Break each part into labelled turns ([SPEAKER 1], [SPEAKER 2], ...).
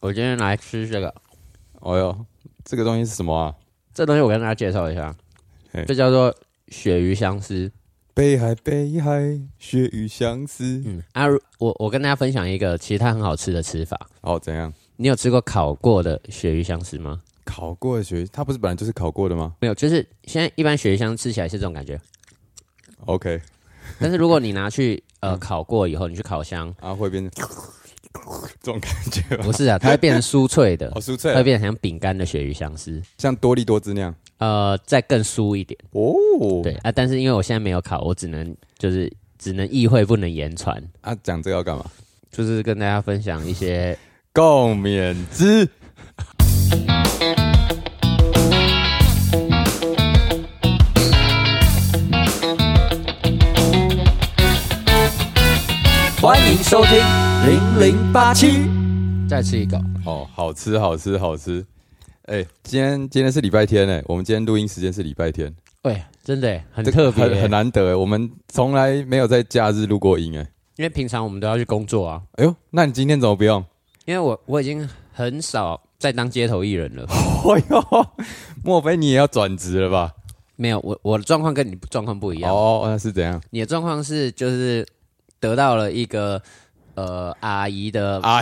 [SPEAKER 1] 我今天来吃这个，
[SPEAKER 2] 哦哟，这个东西是什么啊？
[SPEAKER 1] 这东西我跟大家介绍一下
[SPEAKER 2] 嘿，
[SPEAKER 1] 这叫做鳕鱼香丝。
[SPEAKER 2] 北海，北海，血雨相思。
[SPEAKER 1] 嗯啊，如我我跟大家分享一个其实它很好吃的吃法。
[SPEAKER 2] 哦，怎样？
[SPEAKER 1] 你有吃过烤过的鳕鱼香丝吗？
[SPEAKER 2] 烤过的鳕鱼，它不是本来就是烤过的吗
[SPEAKER 1] 没有，就是现在一般鳕鱼香吃起来是这种感 觉，
[SPEAKER 2] ？OK，
[SPEAKER 1] 但是如果你拿去呃烤过以后，你去烤箱，
[SPEAKER 2] 啊，会变成这种感觉吗？
[SPEAKER 1] 不是 啊，它会变成酥脆的
[SPEAKER 2] 好，酥
[SPEAKER 1] 它
[SPEAKER 2] 脆
[SPEAKER 1] 会
[SPEAKER 2] 啊，
[SPEAKER 1] 变成像饼干的鳕鱼香丝，
[SPEAKER 2] 像多利多汁那样。
[SPEAKER 1] 呃，再更酥一点。
[SPEAKER 2] 哦，
[SPEAKER 1] 对啊，但是因为我现在没有烤，我只能就是只能意会不能言传，
[SPEAKER 2] 啊，讲这个要干嘛？
[SPEAKER 1] 就是跟大家分享一些
[SPEAKER 2] 共勉之。
[SPEAKER 1] 欢迎收听
[SPEAKER 2] 零零八七。
[SPEAKER 1] 再吃一口，
[SPEAKER 2] 哦，好吃，好吃，好吃。哎、今天今天是礼拜天哎，我们今天录音时间是礼拜天，
[SPEAKER 1] 喂，真的耶很
[SPEAKER 2] 这
[SPEAKER 1] 特别
[SPEAKER 2] 很
[SPEAKER 1] 耶，
[SPEAKER 2] 很难得哎，我们从来没有在假日录过音哎。
[SPEAKER 1] 因为平常我们都要去工作啊。
[SPEAKER 2] 哎呦，那你今天怎么不用？
[SPEAKER 1] 因为我我已经很少在当街头艺人 了，
[SPEAKER 2] 哎呦，莫非你也要转职了吧？
[SPEAKER 1] 没有，我我的状况跟你状况不一样。
[SPEAKER 2] 哦，那是怎样？
[SPEAKER 1] 你的状况是就是得到了一个呃阿姨的
[SPEAKER 2] 啊，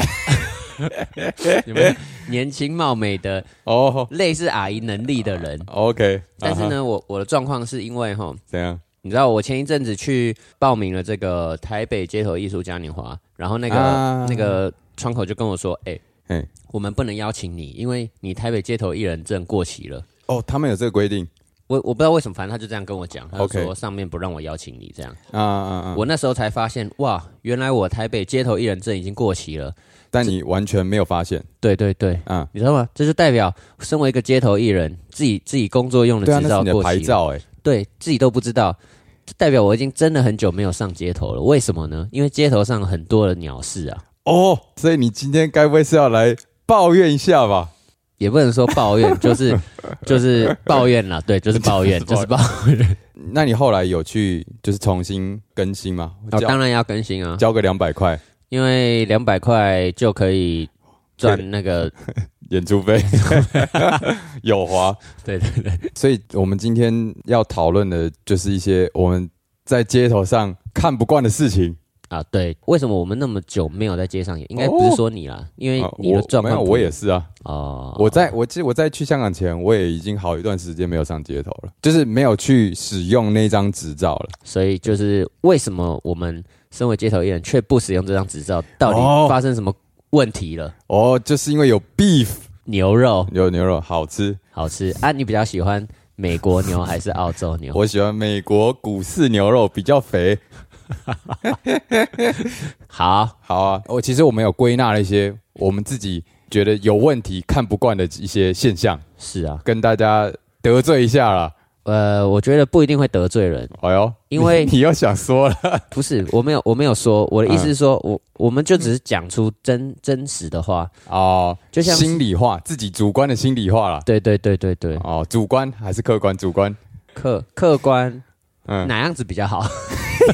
[SPEAKER 1] 你们年轻貌美的
[SPEAKER 2] 哦
[SPEAKER 1] 类似阿姨能力的人，
[SPEAKER 2] ，OK，
[SPEAKER 1] 但是
[SPEAKER 2] 啊哈，
[SPEAKER 1] 呢，我我的状况是因为哈，
[SPEAKER 2] 怎样？
[SPEAKER 1] 你知道我前一阵子去报名了这个台北街头艺术嘉年华，然后那个、
[SPEAKER 2] 啊
[SPEAKER 1] 那个窗口就跟我说，哎、
[SPEAKER 2] 嘿
[SPEAKER 1] 我们不能邀请你，因为你台北街头艺人证过期了。
[SPEAKER 2] 哦，他们有这个规定
[SPEAKER 1] 我我不知道为什么，反正他就这样跟我讲，他就
[SPEAKER 2] OK
[SPEAKER 1] 说上面不让我邀请你这样。
[SPEAKER 2] 啊啊啊！
[SPEAKER 1] 我那时候才发现，哇，原来我台北街头艺人证已经过期了。
[SPEAKER 2] 但你完全没有发现
[SPEAKER 1] 对对对，
[SPEAKER 2] 啊？
[SPEAKER 1] 你知道吗？这就代表身为一个街头艺人，自己自己工作用
[SPEAKER 2] 对啊，
[SPEAKER 1] 的执
[SPEAKER 2] 那是
[SPEAKER 1] 照
[SPEAKER 2] 你的
[SPEAKER 1] 过
[SPEAKER 2] 牌
[SPEAKER 1] 期了，
[SPEAKER 2] 照哎。
[SPEAKER 1] 对自己都不知道，这代表我已经真的很久没有上街头了。为什么呢？因为街头上很多的鸟事啊，
[SPEAKER 2] 哦，所以你今天该不会是要来抱怨一下吧？
[SPEAKER 1] 也不能说抱怨，就是 就是抱怨啦，对，就是抱 怨，就是抱怨。
[SPEAKER 2] 那你后来有去就是重新更新吗？
[SPEAKER 1] 哦，
[SPEAKER 2] 交
[SPEAKER 1] 当然要更新啊，
[SPEAKER 2] 交个两百块
[SPEAKER 1] 因为两百块就可以赚那个，
[SPEAKER 2] 演出费，有花。
[SPEAKER 1] 对对对，
[SPEAKER 2] 所以我们今天要讨论的就是一些我们在街头上看不惯的事情。
[SPEAKER 1] 啊，对，为什么我们那么久没有在街上演？应该不是说你啦，因为
[SPEAKER 2] 啊
[SPEAKER 1] 你的状
[SPEAKER 2] 我没有，
[SPEAKER 1] 况不，
[SPEAKER 2] 我也是啊。
[SPEAKER 1] 哦，
[SPEAKER 2] 我在我记得我在去香港前，我也已经好一段时间没有上街头了，就是没有去使用那张执照了。
[SPEAKER 1] 所以就是为什么我们身为街头艺人却不使用这张执照，到
[SPEAKER 2] 哦
[SPEAKER 1] 底发生什么问题了？
[SPEAKER 2] 哦，就是因为有 beef，
[SPEAKER 1] 牛肉
[SPEAKER 2] 有牛肉好吃。
[SPEAKER 1] 好吃啊，你比较喜欢美国牛还是澳洲牛？
[SPEAKER 2] 我喜欢美国股市牛肉，比较肥。
[SPEAKER 1] 好，
[SPEAKER 2] 好啊，我其实我们有归纳了一些我们自己觉得有问题、看不惯的一些现象，
[SPEAKER 1] 是啊，
[SPEAKER 2] 跟大家得罪一下啦。
[SPEAKER 1] 呃，我觉得不一定会得罪人，
[SPEAKER 2] 哎呦，
[SPEAKER 1] 因为
[SPEAKER 2] 你你又想说了，
[SPEAKER 1] 不是，我没有，我没有说，我的意思是说，我我们就只是讲出真真实的话，
[SPEAKER 2] 哦，
[SPEAKER 1] 就像是
[SPEAKER 2] 心里话，自己主观的心里话啦。
[SPEAKER 1] 对对对对对，
[SPEAKER 2] 哦，主观还是客观？主观，
[SPEAKER 1] 客客观
[SPEAKER 2] 嗯，
[SPEAKER 1] 哪样子比较好？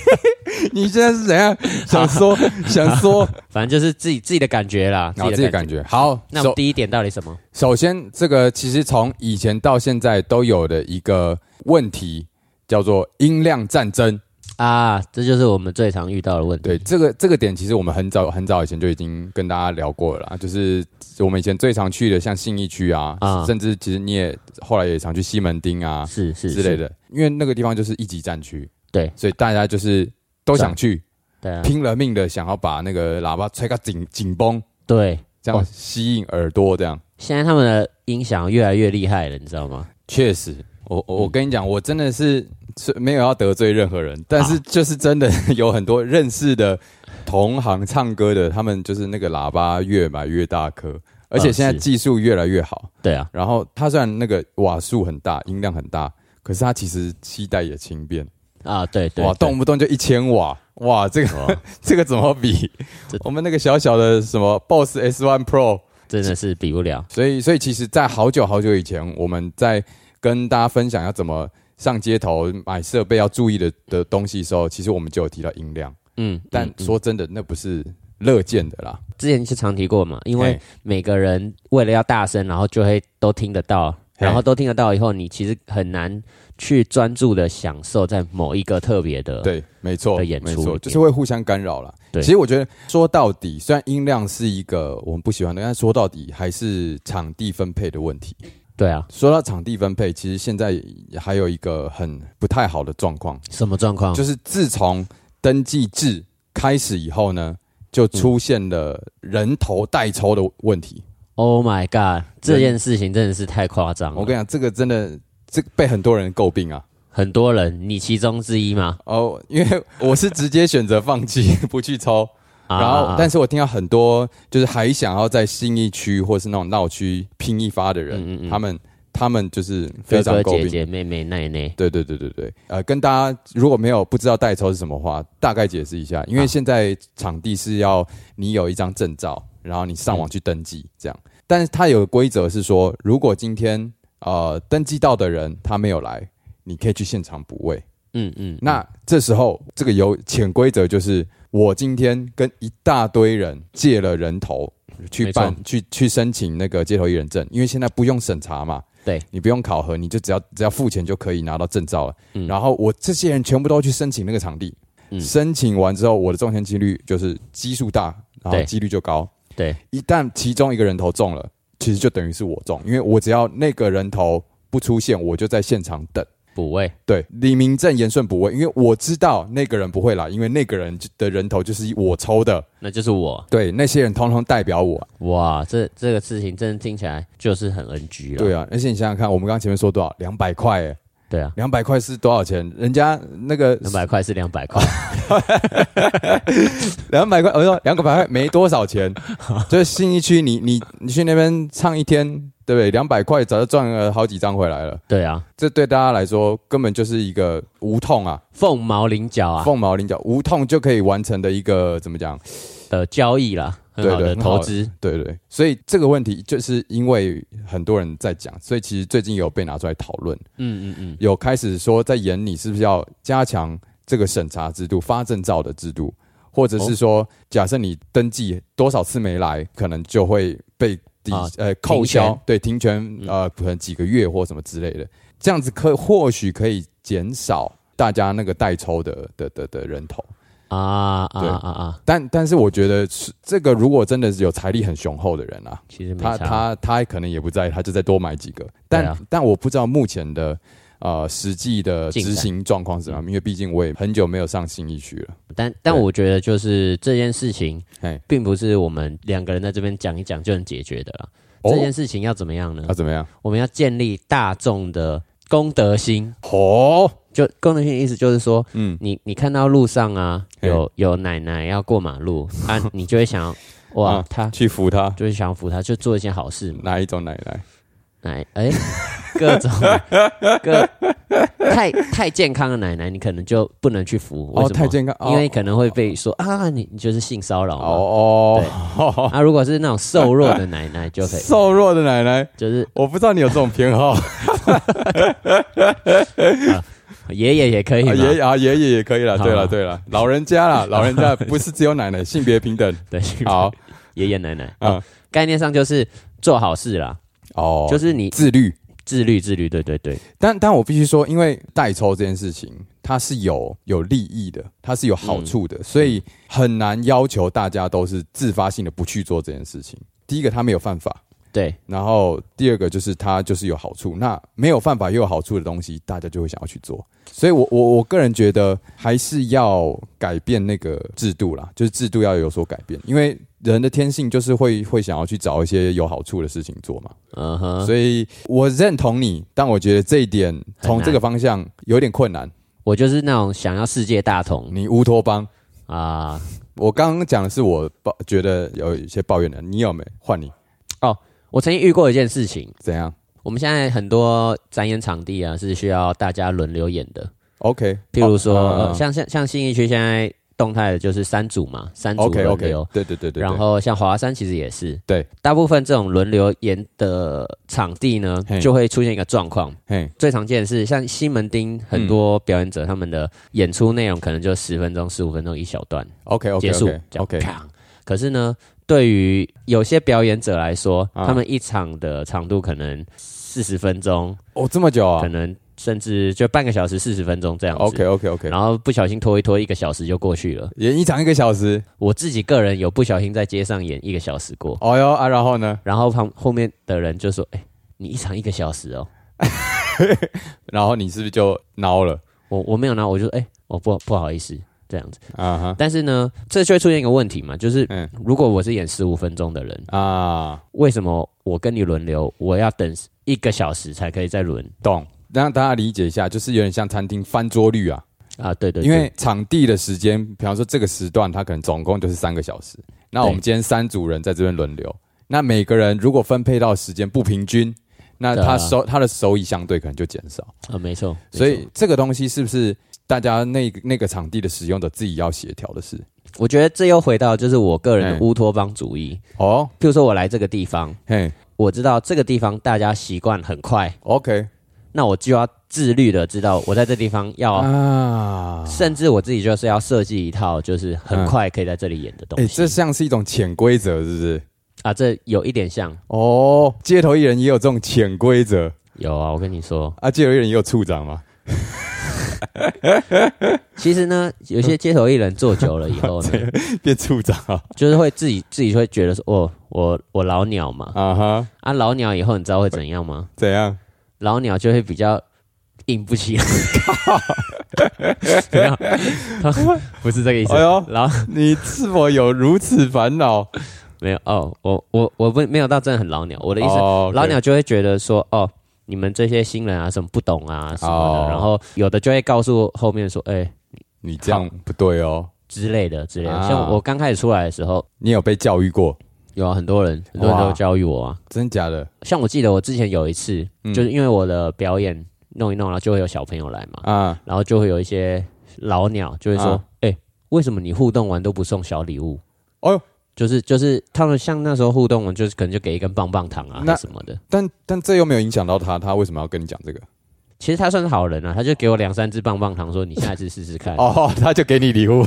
[SPEAKER 2] 你现在是怎 样想说？想说，
[SPEAKER 1] 反正就是自己自己的哦感觉啦，
[SPEAKER 2] 然后
[SPEAKER 1] 的
[SPEAKER 2] 自己的感觉。好，
[SPEAKER 1] 那我
[SPEAKER 2] 首
[SPEAKER 1] 们第一点到底什么？
[SPEAKER 2] 首先，这个其实从以前到现在都有的一个问题，叫做音量战争。
[SPEAKER 1] 啊，这就是我们最常遇到的问题。
[SPEAKER 2] 对，这个这个点，其实我们很早很早以前就已经跟大家聊过了啦，就是我们以前最常去的，像信义区啊，
[SPEAKER 1] 啊
[SPEAKER 2] 甚至其实你也后来也常去西门町啊
[SPEAKER 1] 是是
[SPEAKER 2] 之类
[SPEAKER 1] 是
[SPEAKER 2] 的，因为那个地方就是一级战区，
[SPEAKER 1] 对
[SPEAKER 2] 所以大家就是都想去，
[SPEAKER 1] 对啊，
[SPEAKER 2] 拼了命的想要把那个喇叭吹个紧紧绷，
[SPEAKER 1] 对，
[SPEAKER 2] 这样
[SPEAKER 1] 哦
[SPEAKER 2] 吸引耳朵，这样
[SPEAKER 1] 现在他们的音响越来越厉害了，你知道吗？
[SPEAKER 2] 确实。我
[SPEAKER 1] 嗯
[SPEAKER 2] 我我跟你讲，我真的是是没有要得罪任何人，但是
[SPEAKER 1] 啊
[SPEAKER 2] 就是真的 有很多认识的同行唱歌的，他们就是那个喇叭越买越大颗，而且
[SPEAKER 1] 嗯
[SPEAKER 2] 现在
[SPEAKER 1] 是
[SPEAKER 2] 技术越来越好。
[SPEAKER 1] 对啊，
[SPEAKER 2] 然后它虽然那个瓦数很大，音量很大，可是它其实期待也轻便，
[SPEAKER 1] 啊，对对
[SPEAKER 2] 哇，
[SPEAKER 1] 对
[SPEAKER 2] 动不动就一千瓦，哇，这个
[SPEAKER 1] 哇
[SPEAKER 2] 这个怎么比
[SPEAKER 1] 这？
[SPEAKER 2] 我们那个小小的什么 Boss S One Pro，
[SPEAKER 1] 真的是比不了。
[SPEAKER 2] 所以，所以其实，在好久好久以前，我们在跟大家分享要怎么上街头买设备要注意的的东西的时候，其实我们就有提到音量。
[SPEAKER 1] 嗯，
[SPEAKER 2] 但
[SPEAKER 1] 嗯嗯
[SPEAKER 2] 说真的，那不是乐见的啦。
[SPEAKER 1] 之前就常提过嘛，因为
[SPEAKER 2] 嘿
[SPEAKER 1] 每个人为了要大声，然后就会都听得到，
[SPEAKER 2] 嘿
[SPEAKER 1] 然后都听得到以后，你其实很难去专注的享受在某一个特别的。，
[SPEAKER 2] 对，没错，
[SPEAKER 1] 哦的演出
[SPEAKER 2] 没
[SPEAKER 1] 里
[SPEAKER 2] 错，
[SPEAKER 1] 面
[SPEAKER 2] 就是会互相干扰啦。
[SPEAKER 1] 对
[SPEAKER 2] 其实我觉得说到底，虽然音量是一个我们不喜欢的，但说到底还是场地分配的问题。
[SPEAKER 1] 对啊，
[SPEAKER 2] 说到场地分配，其实现在还有一个很不太好的状况，
[SPEAKER 1] 什么状况？
[SPEAKER 2] 就是自从登记制开始以后呢，就出现了人头代抽的问题。
[SPEAKER 1] Oh my god！这件事情真的是太夸张了。
[SPEAKER 2] 我跟你讲，这个真的这个被很多人诟病啊。
[SPEAKER 1] 很多人，你其中之一吗？
[SPEAKER 2] 哦，因为我是直接选择放弃 不去抽，
[SPEAKER 1] 啊
[SPEAKER 2] 然
[SPEAKER 1] 啊
[SPEAKER 2] 后
[SPEAKER 1] 啊，
[SPEAKER 2] 但是我听到很多就是还想要在信义区或是那种闹区拼一发的人，
[SPEAKER 1] 嗯嗯嗯
[SPEAKER 2] 他们他们就是非
[SPEAKER 1] 哥
[SPEAKER 2] 常
[SPEAKER 1] 哥、
[SPEAKER 2] 诟
[SPEAKER 1] 姐
[SPEAKER 2] 病。
[SPEAKER 1] 姐、妹妹、奶奶，
[SPEAKER 2] 对对对对对，呃，跟大家如果没有不知道代抽是什么话，大概解释一下，因为
[SPEAKER 1] 啊
[SPEAKER 2] 现在场地是要你有一张证照，然后你上网去登记、这样，但是它有个规则是说，如果今天呃登记到的人他没有来，你可以去现场补位。
[SPEAKER 1] 嗯嗯，
[SPEAKER 2] 那这时候这个有潜规则就是，我今天跟一大堆人借了人头去
[SPEAKER 1] 没错
[SPEAKER 2] 办去去申请那个街头艺人证，因为现在不用审查嘛，
[SPEAKER 1] 对
[SPEAKER 2] 你不用考核，你就只要只要付钱就可以拿到证照了。
[SPEAKER 1] 嗯
[SPEAKER 2] 然后我这些人全部都去申请那个场地，
[SPEAKER 1] 嗯
[SPEAKER 2] 申请完之后，我的中签几率就是基数大，然后
[SPEAKER 1] 对
[SPEAKER 2] 几率就高。
[SPEAKER 1] 对，
[SPEAKER 2] 一旦其中一个人头中了，其实就等于是我中，因为我只要那个人头不出现，我就在现场等。
[SPEAKER 1] 补位，
[SPEAKER 2] 对，李明正言顺不位，因为我知道那个人不会来，因为那个人的人头就是我抽的，
[SPEAKER 1] 那就是我。
[SPEAKER 2] 对，那些人通通代表我。
[SPEAKER 1] 哇，这这个事情真的听起来就是很 NG 了。
[SPEAKER 2] 对
[SPEAKER 1] 啊，
[SPEAKER 2] 啊，而且你想想看，我们刚刚前面说多少，两百块，哎，
[SPEAKER 1] 对啊，
[SPEAKER 2] 两百块是多少钱？人家那个
[SPEAKER 1] 两百块是两百块，
[SPEAKER 2] 两百块，我说两百块没多少钱，就是信义区你，你你去那边唱一天，对不对？两百块早就赚了好几张回来了，
[SPEAKER 1] 对啊，
[SPEAKER 2] 这对大家来说根本就是一个无痛啊，
[SPEAKER 1] 凤毛麟角啊
[SPEAKER 2] 凤毛麟角，无痛就可以完成的一个怎么讲？
[SPEAKER 1] 的交易啦，很好
[SPEAKER 2] 对对
[SPEAKER 1] 的
[SPEAKER 2] 很好
[SPEAKER 1] 投资。
[SPEAKER 2] 对对，所以这个问题就是因为很多人在讲，所以其实最近有被拿出来讨论，
[SPEAKER 1] 嗯嗯嗯，
[SPEAKER 2] 有开始说在演你是不是要加强这个审查制度、发证照的制度，或者
[SPEAKER 1] 哦
[SPEAKER 2] 是说，假设你登记多少次没来，可能就会被抵、
[SPEAKER 1] 啊
[SPEAKER 2] 呃扣销
[SPEAKER 1] 权，嗯
[SPEAKER 2] 对，停权呃可能几个月或什么之类的，这样子可或许可以减少大家那个代抽的的的的人头。
[SPEAKER 1] 啊啊
[SPEAKER 2] 对
[SPEAKER 1] 啊啊，
[SPEAKER 2] 但但是我觉得是这个，如果真的是有财力很雄厚的人啊，
[SPEAKER 1] 其实没
[SPEAKER 2] 他
[SPEAKER 1] 差。
[SPEAKER 2] 他他可能也不在意，他就再多买几个。但、
[SPEAKER 1] 对啊
[SPEAKER 2] 但我不知道目前的呃实际的
[SPEAKER 1] 进
[SPEAKER 2] 执
[SPEAKER 1] 展
[SPEAKER 2] 行状况是什么样，因为毕竟我也很久没有上新一区了。
[SPEAKER 1] 但但
[SPEAKER 2] 对
[SPEAKER 1] 我觉得就是这件事情
[SPEAKER 2] 嘿，
[SPEAKER 1] 并不是我们两个人在这边讲一讲就能解决的啦。
[SPEAKER 2] 哦
[SPEAKER 1] 这件事情要怎么样呢
[SPEAKER 2] 那、？怎么样？
[SPEAKER 1] 我们要建立大众的公德心。
[SPEAKER 2] 哦，
[SPEAKER 1] 就公德心的意思就是说，
[SPEAKER 2] 嗯，
[SPEAKER 1] 你你看到路上啊
[SPEAKER 2] 嘿
[SPEAKER 1] 有有奶奶要过马路啊，你就会想 要哇
[SPEAKER 2] 啊，
[SPEAKER 1] 她
[SPEAKER 2] 去扶他，
[SPEAKER 1] 就是想扶她，就做一些好事嘛。
[SPEAKER 2] 哪一种奶奶？
[SPEAKER 1] 奶哎， 各种 各太太健康的奶奶，你可能就不能去扶。为什么
[SPEAKER 2] 哦，太健康，哦
[SPEAKER 1] 因为可能会被说啊，你你就是性骚扰嘛。
[SPEAKER 2] 哦哦，
[SPEAKER 1] 啊，如果是那种瘦弱的奶奶就可以，
[SPEAKER 2] 瘦弱的奶奶，
[SPEAKER 1] 就是
[SPEAKER 2] 我不知道你有这种偏好，啊
[SPEAKER 1] 爷爷也可以嘛。
[SPEAKER 2] 爷爷啊爷爷也可以了。
[SPEAKER 1] 好啊
[SPEAKER 2] 对了对了，老人家啦，老人家不是只有奶 奶，性别平等。
[SPEAKER 1] 对，
[SPEAKER 2] 好，
[SPEAKER 1] 爷爷奶奶
[SPEAKER 2] 嗯，
[SPEAKER 1] 概念上就是做好事啦，
[SPEAKER 2] 哦，
[SPEAKER 1] 就是是你
[SPEAKER 2] 自律。
[SPEAKER 1] 自律，自律，对对对，
[SPEAKER 2] 但但我必须说，因为代抽这件事情，它是有有利益的，它是有好处的，所以很难要求大家都是自发性的不去做这件事情。第一个，他没有犯法，
[SPEAKER 1] 对
[SPEAKER 2] 然后第二个就是他就是有好处。那没有犯法又有好处的东西，大家就会想要去做。所以我，我我个人觉得还是要改变那个制度啦，就是制度要有所改变，因为人的天性就是会会想要去找一些有好处的事情做嘛。
[SPEAKER 1] 嗯哼。
[SPEAKER 2] 所以我认同你，但我觉得这一点从这个方向有点困难。
[SPEAKER 1] 我就是那种想要世界大同
[SPEAKER 2] 你乌托邦，
[SPEAKER 1] 啊、
[SPEAKER 2] 我刚刚讲的是我抱觉得有一些抱怨的，你有没换你
[SPEAKER 1] 我曾经遇过一件事情，
[SPEAKER 2] 怎样
[SPEAKER 1] 我们现在很多展演场地啊是需要大家轮流演的，
[SPEAKER 2] ？OK，
[SPEAKER 1] 譬如说，
[SPEAKER 2] 哦嗯
[SPEAKER 1] 呃、像像像信义区现在动态的就是三组嘛，三组
[SPEAKER 2] OK
[SPEAKER 1] 轮
[SPEAKER 2] OK，
[SPEAKER 1] 流。
[SPEAKER 2] 对对对对，
[SPEAKER 1] 然后像华山其实也是，
[SPEAKER 2] 对，
[SPEAKER 1] 大部分这种轮流演的场地呢
[SPEAKER 2] 嘿，
[SPEAKER 1] 就会出现一个状况。
[SPEAKER 2] 对嘿
[SPEAKER 1] 最常见的是像西门町，很
[SPEAKER 2] 嗯
[SPEAKER 1] 多表演者他们的演出内容可能就十分钟、十五分钟一小段
[SPEAKER 2] OK OK
[SPEAKER 1] 结束
[SPEAKER 2] OK，
[SPEAKER 1] 这样
[SPEAKER 2] OK，
[SPEAKER 1] 砰可是呢，对于有些表演者来说，
[SPEAKER 2] 啊
[SPEAKER 1] 他们一场的长度可能四十分钟，
[SPEAKER 2] 哦，这么久啊
[SPEAKER 1] 可能甚至就半个小时四十分钟这样子。
[SPEAKER 2] ？OK OK OK，
[SPEAKER 1] 然后不小心拖一拖，一个小时就过去了。
[SPEAKER 2] 演一场一个小时，
[SPEAKER 1] 我自己个人有不小心在街上演一个小时过，
[SPEAKER 2] 哦哟啊，然后呢？
[SPEAKER 1] 然后旁后面的人就说：“哎、你一场一个小时哦。
[SPEAKER 2] 然后你是不是就孬了？”
[SPEAKER 1] 我我没有拿，我就说：“哎、我不不好意思。”这样子，
[SPEAKER 2] 啊哈
[SPEAKER 1] 但是呢，这就会出现一个问题嘛，就是
[SPEAKER 2] 嗯
[SPEAKER 1] 如果我是演十五分钟的人，
[SPEAKER 2] 啊，
[SPEAKER 1] 为什么我跟你轮流，我要等一个小时才可以再轮
[SPEAKER 2] 懂。让大家理解一下，就是有点像餐厅翻桌率啊，
[SPEAKER 1] 啊？对对
[SPEAKER 2] 因为场地的时间，比方说这个时段，它可能总共就是三个小时。那我们
[SPEAKER 1] 对
[SPEAKER 2] 今天三组人在这边轮流，那每个人如果分配到时间不平均，那
[SPEAKER 1] 对啊
[SPEAKER 2] 他收他的收益相对可能就减少。
[SPEAKER 1] 对啊，没错，没错
[SPEAKER 2] 所以这个东西是不是大家那个那个场地的使用者自己要协调的事？
[SPEAKER 1] 我觉得这又回到就是我个人
[SPEAKER 2] 嗯
[SPEAKER 1] 的乌托邦主义。
[SPEAKER 2] 哦，
[SPEAKER 1] 譬如说，我来这个地方，
[SPEAKER 2] 嘿
[SPEAKER 1] 我知道这个地方大家习惯很快，
[SPEAKER 2] ，OK
[SPEAKER 1] 那我就要自律的知道我在这地方要，
[SPEAKER 2] 啊，
[SPEAKER 1] 甚至我自己就是要设计一套就是很
[SPEAKER 2] 嗯
[SPEAKER 1] 快可以在这里演的东
[SPEAKER 2] 哎、
[SPEAKER 1] 西、
[SPEAKER 2] 这像是一种潜规则，是不是？
[SPEAKER 1] 啊，这有一点像
[SPEAKER 2] 哦，街头艺人也有这种潜规则
[SPEAKER 1] 有啊，我跟你说，
[SPEAKER 2] 啊，街头艺人也有处长嘛？
[SPEAKER 1] 其实呢，有些街头艺人做久了以 后呢，
[SPEAKER 2] 变处长 啊，
[SPEAKER 1] 就是会自己自己会觉得说，哦，我我老鸟嘛，
[SPEAKER 2] 啊哈，
[SPEAKER 1] 啊老鸟以后你知道会怎样吗？
[SPEAKER 2] 怎样？
[SPEAKER 1] 老鸟就会比较硬不 起来， 没有，不是这个意思。
[SPEAKER 2] 哎呦
[SPEAKER 1] 老
[SPEAKER 2] 你是否有如此烦恼？
[SPEAKER 1] 没有哦，我我我不没有到真的很老鸟，我的意思，
[SPEAKER 2] 哦，OK
[SPEAKER 1] 老鸟就会觉得说，哦，你们这些新人啊，什么不懂啊什么的，
[SPEAKER 2] 哦
[SPEAKER 1] 然后有的就会告诉后面说，哎、
[SPEAKER 2] 你这样不对哦，
[SPEAKER 1] 之类的之类的。
[SPEAKER 2] 啊
[SPEAKER 1] 像我刚开始出来的时候，
[SPEAKER 2] 你有被教育过？
[SPEAKER 1] 有很多人很多人
[SPEAKER 2] 哇
[SPEAKER 1] 都教育我啊，
[SPEAKER 2] 真假的？
[SPEAKER 1] 像我记得我之前有一次，
[SPEAKER 2] 嗯
[SPEAKER 1] 就是因为我的表演弄一弄，然后啊就会有小朋友来嘛，
[SPEAKER 2] 啊，
[SPEAKER 1] 然后就会有一些老鸟就会说
[SPEAKER 2] 啊：“
[SPEAKER 1] 哎、为什么你互动完都不送小礼物？”
[SPEAKER 2] 哦呦，
[SPEAKER 1] 就是就是他们像那时候互动完，就是可能就给一根棒棒糖啊
[SPEAKER 2] 那
[SPEAKER 1] 还是什么的。
[SPEAKER 2] 但但这又没有影响到他，他为什么要跟你讲这个？
[SPEAKER 1] 其实他算是好人啊，他就给我两三支棒棒糖，说：“你下次试试看。”
[SPEAKER 2] 哦， 他就给你礼物。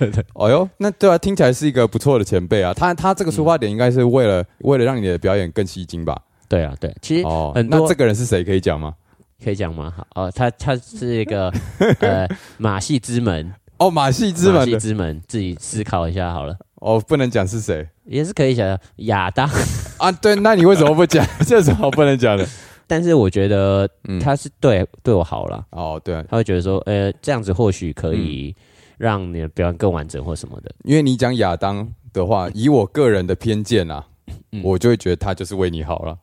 [SPEAKER 2] 对对。哦哟，那对啊，听起来是一个不错的前辈啊。他他这个出发点应该是为了、为了让你的表演更吸睛吧？
[SPEAKER 1] 对啊，对，其实
[SPEAKER 2] 哦，
[SPEAKER 1] 很多
[SPEAKER 2] 那这个人是谁可以讲吗？
[SPEAKER 1] 可以讲吗？好哦，他他是一 个呃马戏之门，
[SPEAKER 2] 哦，马戏之
[SPEAKER 1] 马
[SPEAKER 2] 门
[SPEAKER 1] 戏
[SPEAKER 2] 的
[SPEAKER 1] 之门，自己思考一下好了，
[SPEAKER 2] 哦，不能讲是谁
[SPEAKER 1] 也是可以想亚当。
[SPEAKER 2] 啊？对，那你为什么不讲？ 这有什么不能讲的？
[SPEAKER 1] 但是我觉得
[SPEAKER 2] 嗯
[SPEAKER 1] 他是对、对我好了，
[SPEAKER 2] 哦，对啊、
[SPEAKER 1] 他会觉得说，呃，这样子或许可以
[SPEAKER 2] 嗯
[SPEAKER 1] 让你的表演更完整或什么的。
[SPEAKER 2] 因为你讲亚当的话，以我个人的偏见啊，
[SPEAKER 1] 嗯
[SPEAKER 2] 我就会觉得他就是为你好了。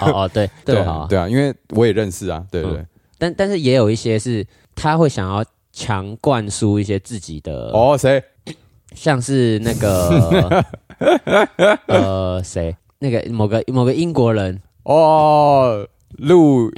[SPEAKER 1] 哦哦，对，对我好、
[SPEAKER 2] 啊，
[SPEAKER 1] 啊。
[SPEAKER 2] 对啊，因为我也认识啊，对对
[SPEAKER 1] 嗯
[SPEAKER 2] 对。
[SPEAKER 1] 但但是也有一些是他会想要强灌输一些自己的，
[SPEAKER 2] 哦，谁？
[SPEAKER 1] 像是那 个呃谁，那个某个某个英国人
[SPEAKER 2] 哦，路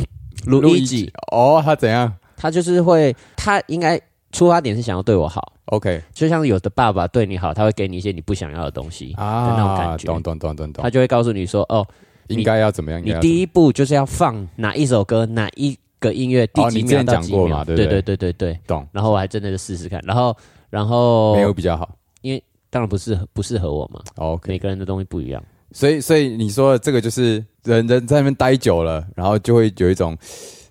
[SPEAKER 1] 路易吉，。
[SPEAKER 2] 哦，他怎样
[SPEAKER 1] 他就是会，他应该出发点是想要对我好。
[SPEAKER 2] ？OK
[SPEAKER 1] 就像有的爸爸对你好，他会给你一些你不想要的东西，
[SPEAKER 2] 啊，
[SPEAKER 1] 那种感觉
[SPEAKER 2] 懂懂懂懂懂
[SPEAKER 1] 他。就会告诉你说：“哦，
[SPEAKER 2] 应该要怎么样？
[SPEAKER 1] 你
[SPEAKER 2] 应该要
[SPEAKER 1] 第一步就是要放哪一首歌，哪一个音乐，第
[SPEAKER 2] 哦
[SPEAKER 1] 几
[SPEAKER 2] 你之
[SPEAKER 1] 秒
[SPEAKER 2] 前
[SPEAKER 1] 到
[SPEAKER 2] 讲
[SPEAKER 1] 几
[SPEAKER 2] 过
[SPEAKER 1] 秒，
[SPEAKER 2] 嘛
[SPEAKER 1] 对
[SPEAKER 2] 对不
[SPEAKER 1] 对
[SPEAKER 2] 对
[SPEAKER 1] 对对对。
[SPEAKER 2] 懂，
[SPEAKER 1] 然后我还真的就试试看，然后然后
[SPEAKER 2] 没有比较好。哦
[SPEAKER 1] 当然不适合不适合我嘛，
[SPEAKER 2] OK，
[SPEAKER 1] 每个人的东西不一样。
[SPEAKER 2] 所以所以你说的这个就是人人在那边待久了，然后就会有一种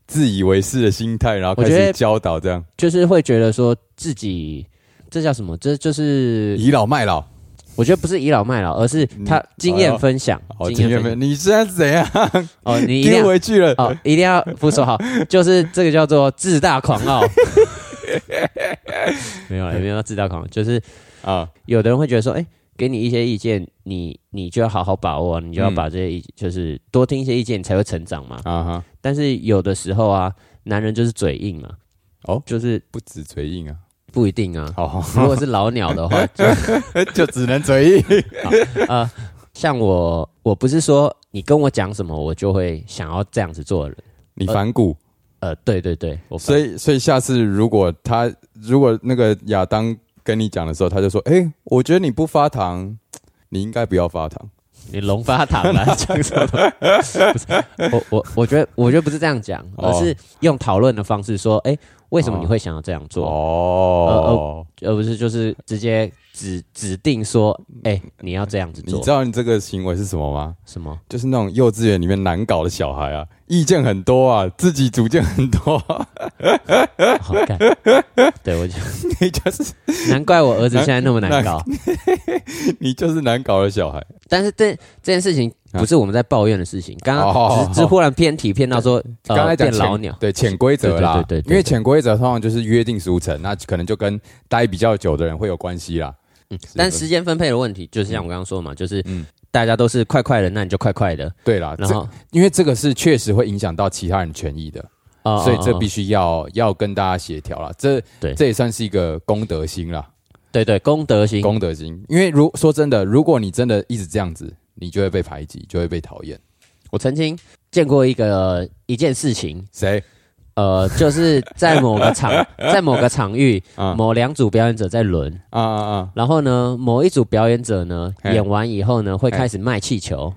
[SPEAKER 2] 自以为是的心态，然后
[SPEAKER 1] 我
[SPEAKER 2] 开
[SPEAKER 1] 觉
[SPEAKER 2] 始
[SPEAKER 1] 得
[SPEAKER 2] 教导这样
[SPEAKER 1] 就是会觉得说自己这叫什么？这就是
[SPEAKER 2] 倚老卖老。
[SPEAKER 1] 我觉得不是倚老卖老，而是他经验分享，
[SPEAKER 2] 哦，经验
[SPEAKER 1] 分
[SPEAKER 2] 分，你现在是怎样
[SPEAKER 1] 哦，你一定
[SPEAKER 2] 丢
[SPEAKER 1] 要
[SPEAKER 2] 回去了？
[SPEAKER 1] 哦，一定要不说好，就是这个叫做自大狂傲。没有啦，也没有到自大狂傲，就是
[SPEAKER 2] 啊，
[SPEAKER 1] 有的人会觉得说，哎、给你一些意见，你你就要好好把握，你就要
[SPEAKER 2] 嗯
[SPEAKER 1] 把这些意，就是多听一些意见，你才会成长嘛。
[SPEAKER 2] 啊哈，
[SPEAKER 1] 但是有的时候啊，男人就是嘴硬嘛，
[SPEAKER 2] 哦
[SPEAKER 1] 就是
[SPEAKER 2] 不止嘴硬啊，
[SPEAKER 1] 不一定啊。
[SPEAKER 2] 好，
[SPEAKER 1] 如果是老鸟的话，就
[SPEAKER 2] 就只能嘴硬。
[SPEAKER 1] 像我，我不是说你跟我讲什么，我就会想要这样子做的人。
[SPEAKER 2] 你反骨，
[SPEAKER 1] 呃，对对对，我
[SPEAKER 2] 所以所以下次如果他如果那个亚当跟你讲的时候，他就说：“哎、我觉得你不发糖，你应该不要发糖。”
[SPEAKER 1] 你龙发堂啦， 讲什么？不是我我我觉得我觉得不是这样讲，
[SPEAKER 2] 哦
[SPEAKER 1] 而是用讨论的方式说，哎、为什么你会想要这样做，
[SPEAKER 2] 哦，
[SPEAKER 1] 而不是就是直接指指定说，哎、你要这样子
[SPEAKER 2] 你
[SPEAKER 1] 做
[SPEAKER 2] 知，道你这个行为是什么吗？
[SPEAKER 1] 什么？
[SPEAKER 2] 就是那种幼稚园里面难搞的小孩啊，意见很多啊，自己主见很多啊、
[SPEAKER 1] 好干，对我就
[SPEAKER 2] 你就是
[SPEAKER 1] 难怪我儿子现在那么难搞。
[SPEAKER 2] 你就是难搞的小孩。
[SPEAKER 1] 但是这这件事情不是我们在抱怨的事情，刚
[SPEAKER 2] 啊哦
[SPEAKER 1] 刚只是忽然偏题偏到说，呃
[SPEAKER 2] 刚才讲
[SPEAKER 1] 变
[SPEAKER 2] 潜
[SPEAKER 1] 老鸟，
[SPEAKER 2] 对潜规则啦，
[SPEAKER 1] 对对对对对
[SPEAKER 2] 因为潜规则通常就是约定俗成，那可能就跟待比较久的人会有关系啦。
[SPEAKER 1] 但时间分配的问题，就是像我刚刚说嘛，就是
[SPEAKER 2] 嗯
[SPEAKER 1] 大家都是快快的，那你就快快的，
[SPEAKER 2] 对啦，
[SPEAKER 1] 然
[SPEAKER 2] 这
[SPEAKER 1] 后
[SPEAKER 2] 因为这个是确实会影响到其他人权益的，
[SPEAKER 1] 哦
[SPEAKER 2] 所以这
[SPEAKER 1] 哦
[SPEAKER 2] 必
[SPEAKER 1] 哦
[SPEAKER 2] 须要要跟大家协调啦。这
[SPEAKER 1] 对
[SPEAKER 2] 这也算是一个公德心啦，
[SPEAKER 1] 对对功德心，
[SPEAKER 2] 公德心。因为如说真的，如果你真的一直这样子，你就会被排挤，就会被讨厌。
[SPEAKER 1] 我曾经见过一个呃一件事情，
[SPEAKER 2] 谁？
[SPEAKER 1] 呃， 就是在某个 场，在某个场域，
[SPEAKER 2] 啊
[SPEAKER 1] 某两组表演者在轮，
[SPEAKER 2] 啊啊啊！
[SPEAKER 1] 然后呢，某一组表演者呢
[SPEAKER 2] 嘿
[SPEAKER 1] 演完以后呢，会
[SPEAKER 2] 嘿
[SPEAKER 1] 开始卖气球，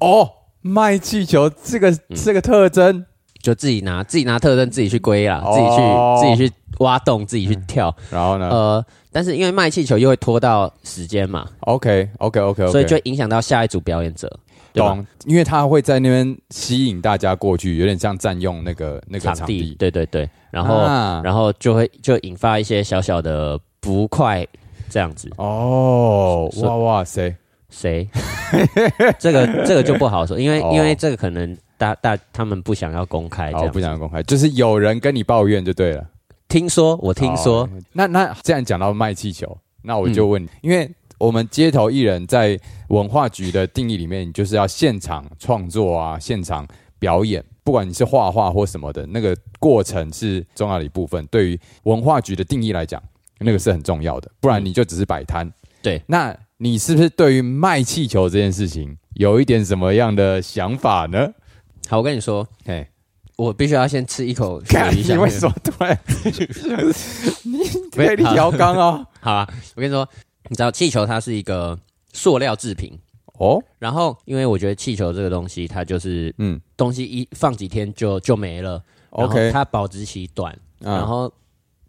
[SPEAKER 2] 哦，卖气球这个
[SPEAKER 1] 嗯
[SPEAKER 2] 这个特征，
[SPEAKER 1] 就自己拿自己拿特征自己去归啦，自己去、
[SPEAKER 2] 哦嗯
[SPEAKER 1] 自己去挖洞，自己去跳，
[SPEAKER 2] 然后呢
[SPEAKER 1] 呃，但是因为卖气球又会拖到时间嘛，
[SPEAKER 2] ？OK OK OK OK，
[SPEAKER 1] 所以就影响到下一组表演者，对吧？
[SPEAKER 2] 懂，因为他会在那边吸引大家过去，有点像占用那个那个
[SPEAKER 1] 场
[SPEAKER 2] 场
[SPEAKER 1] 地，对对对，然后、
[SPEAKER 2] 啊
[SPEAKER 1] 然后就会就引发一些小小的不快，这样子。
[SPEAKER 2] 哦，
[SPEAKER 1] 所
[SPEAKER 2] 哇哇塞，
[SPEAKER 1] 谁？ 这个这个就不好说，因为、
[SPEAKER 2] 哦
[SPEAKER 1] 因为这个可能大大他们不想要公开这
[SPEAKER 2] 好，
[SPEAKER 1] 样。
[SPEAKER 2] 不想公开，就是有人跟你抱怨就对了。
[SPEAKER 1] 听说我听说，
[SPEAKER 2] 哦那那既然讲到卖气球，那我就问
[SPEAKER 1] 嗯
[SPEAKER 2] 你，因为我们街头艺人在文化局的定义里面，你就是要现场创作啊，现场表演，不管你是画画或什么的，那个过程是重要的一部分。对于文化局的定义来讲，那个是很重要的，不然你就只是摆摊。
[SPEAKER 1] 对，
[SPEAKER 2] 那你是不是对于卖气球这件事情有一点什么样的想法呢？
[SPEAKER 1] 好，我跟你说，
[SPEAKER 2] 哎，
[SPEAKER 1] 我必须要先吃一口雪
[SPEAKER 2] 看
[SPEAKER 1] 梨
[SPEAKER 2] 你
[SPEAKER 1] 香
[SPEAKER 2] 为
[SPEAKER 1] 面。
[SPEAKER 2] 什么突 然你
[SPEAKER 1] 没
[SPEAKER 2] 可以调缸啊？
[SPEAKER 1] 好啊，我跟你说，你知道气球它是一个塑料制品，
[SPEAKER 2] 哦，
[SPEAKER 1] 然后因为我觉得气球这个东西，它就是
[SPEAKER 2] 嗯
[SPEAKER 1] 东西一放几天就就没了然后
[SPEAKER 2] ，OK，
[SPEAKER 1] 它保质期短，
[SPEAKER 2] 嗯
[SPEAKER 1] 然后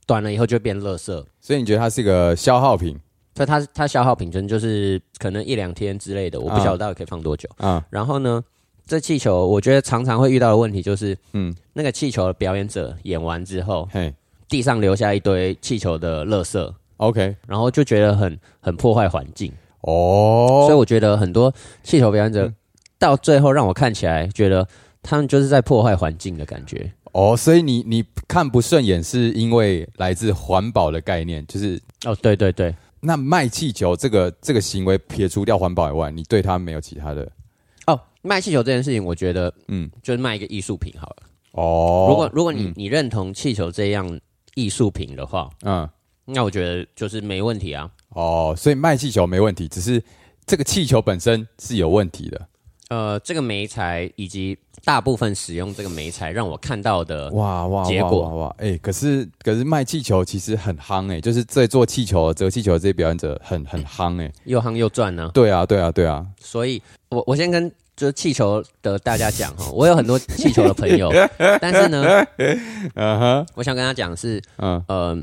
[SPEAKER 1] 短了以后就变垃圾。
[SPEAKER 2] 所以你觉得它是个消耗品
[SPEAKER 1] 所以它它消耗品真就是可能一两天之类的，我不
[SPEAKER 2] 啊
[SPEAKER 1] 晓得到底可以放多久。
[SPEAKER 2] 啊？
[SPEAKER 1] 然后呢，这气球我觉得常常会遇到的问题就是，
[SPEAKER 2] 嗯，
[SPEAKER 1] 那个气球的表演者演完之后，
[SPEAKER 2] 嘿
[SPEAKER 1] 地上留下一堆气球的垃圾，
[SPEAKER 2] ，OK，
[SPEAKER 1] 然后就觉得很很破坏环境。所以
[SPEAKER 2] 哦，
[SPEAKER 1] 我觉得很多气球表演者、到最后让我看起来觉得他们就是在破坏环境的感觉。
[SPEAKER 2] 哦，所以你你看不顺眼是因为来自环保的概念，就是
[SPEAKER 1] 哦，对对对，
[SPEAKER 2] 那卖气球这个这个行为，撇除掉环保以外，你对它没有其他的
[SPEAKER 1] 哦，卖气球这件事情，我觉得
[SPEAKER 2] 嗯
[SPEAKER 1] 就是卖一个艺术品好了。
[SPEAKER 2] 哦？
[SPEAKER 1] 如果如果你、
[SPEAKER 2] 嗯
[SPEAKER 1] 你认同气球这样艺术品的话，
[SPEAKER 2] 嗯
[SPEAKER 1] 那我觉得就是没问题啊。
[SPEAKER 2] 哦，所以卖气球没问题，只是这个气球本身是有问题的。
[SPEAKER 1] 呃，这个媒材以及大部分使用这个媒材，让我看到的
[SPEAKER 2] 哇哇
[SPEAKER 1] 结
[SPEAKER 2] 哇
[SPEAKER 1] 果
[SPEAKER 2] 哇哇！哎、可是可是卖气球其实很夯哎、就是在做气球、折气球的这些表演者很很夯哎、
[SPEAKER 1] 又夯又赚呢、
[SPEAKER 2] 对啊对啊对啊，
[SPEAKER 1] 所以我我先跟就是气球的大家讲哈，我有很多气球的朋 友，但是呢，
[SPEAKER 2] 嗯哼，
[SPEAKER 1] 我想跟他讲是，
[SPEAKER 2] 嗯，
[SPEAKER 1] 呃，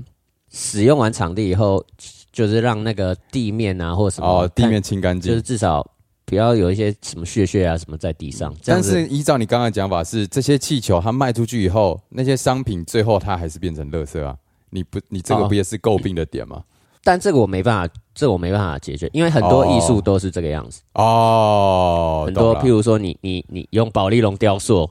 [SPEAKER 1] 使用完场地以后，就是让那个地面啊或者什么
[SPEAKER 2] 哦，地
[SPEAKER 1] 看
[SPEAKER 2] 面清干
[SPEAKER 1] 就是
[SPEAKER 2] 净。
[SPEAKER 1] 至少不要有一些什么屑屑啊什么在地上，这样
[SPEAKER 2] 嗯但
[SPEAKER 1] 子
[SPEAKER 2] 是依照你刚刚的讲法是，这些气球它卖出去以后，那些商品最后它还是变成垃圾啊。你不，你这个
[SPEAKER 1] 哦
[SPEAKER 2] 不也是诟病的点吗？
[SPEAKER 1] 但这个我没办法，这我没办法解决，因为很多艺术都是这个样子。
[SPEAKER 2] 哦，
[SPEAKER 1] 很多，譬
[SPEAKER 2] 如
[SPEAKER 1] 如说你你你用保利龙雕塑，哦、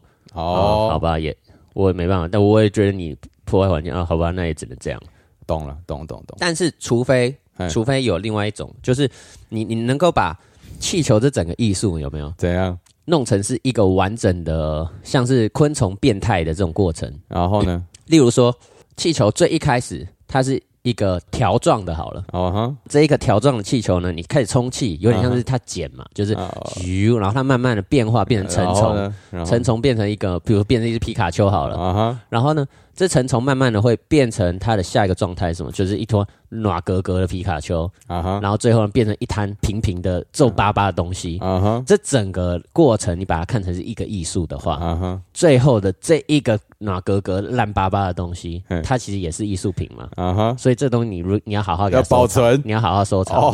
[SPEAKER 1] 好
[SPEAKER 2] 哦，
[SPEAKER 1] 吧，也我也没办法，但我也觉得你破坏环境啊，好吧，那也只能这样。
[SPEAKER 2] 懂了，懂懂懂。
[SPEAKER 1] 但是除非
[SPEAKER 2] 嗯嘿
[SPEAKER 1] 除非有另外一种，就是你你能够把气球这整个艺术有没有
[SPEAKER 2] 怎样？
[SPEAKER 1] 弄成是一个完整的，像是昆虫变态的这种过程？
[SPEAKER 2] 然后呢？
[SPEAKER 1] 例如说，气球最一开始它是一个条状的，好了。
[SPEAKER 2] 哦哈，
[SPEAKER 1] 这一个条状的气球呢，你开始充气，有点像是它剪嘛，就是
[SPEAKER 2] 哦
[SPEAKER 1] 咻，然后它慢慢的变化变成成
[SPEAKER 2] 然后
[SPEAKER 1] 虫，
[SPEAKER 2] 呢？然后
[SPEAKER 1] 成虫变成一个，比如说变成一只皮卡丘好了，
[SPEAKER 2] 啊哈，
[SPEAKER 1] 然后呢，这成虫慢慢的会变成它的下一个状态是什么？就是一坨暖格格的皮卡丘，
[SPEAKER 2] 啊哈，
[SPEAKER 1] 然后最后变成一滩平平的皱巴巴的东西。
[SPEAKER 2] 啊哈，
[SPEAKER 1] 这整个过程，你把它看成是一个艺术的话，
[SPEAKER 2] 啊哈，
[SPEAKER 1] 最后的这一个暖格格烂巴巴的东西
[SPEAKER 2] 嗯，
[SPEAKER 1] 它其实也是艺术品嘛。
[SPEAKER 2] 啊哈，
[SPEAKER 1] 所以这东西你如你要好好给它
[SPEAKER 2] 要
[SPEAKER 1] 收藏
[SPEAKER 2] 保，存
[SPEAKER 1] 你要好好收藏，
[SPEAKER 2] 哦。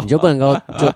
[SPEAKER 1] 你就不能够就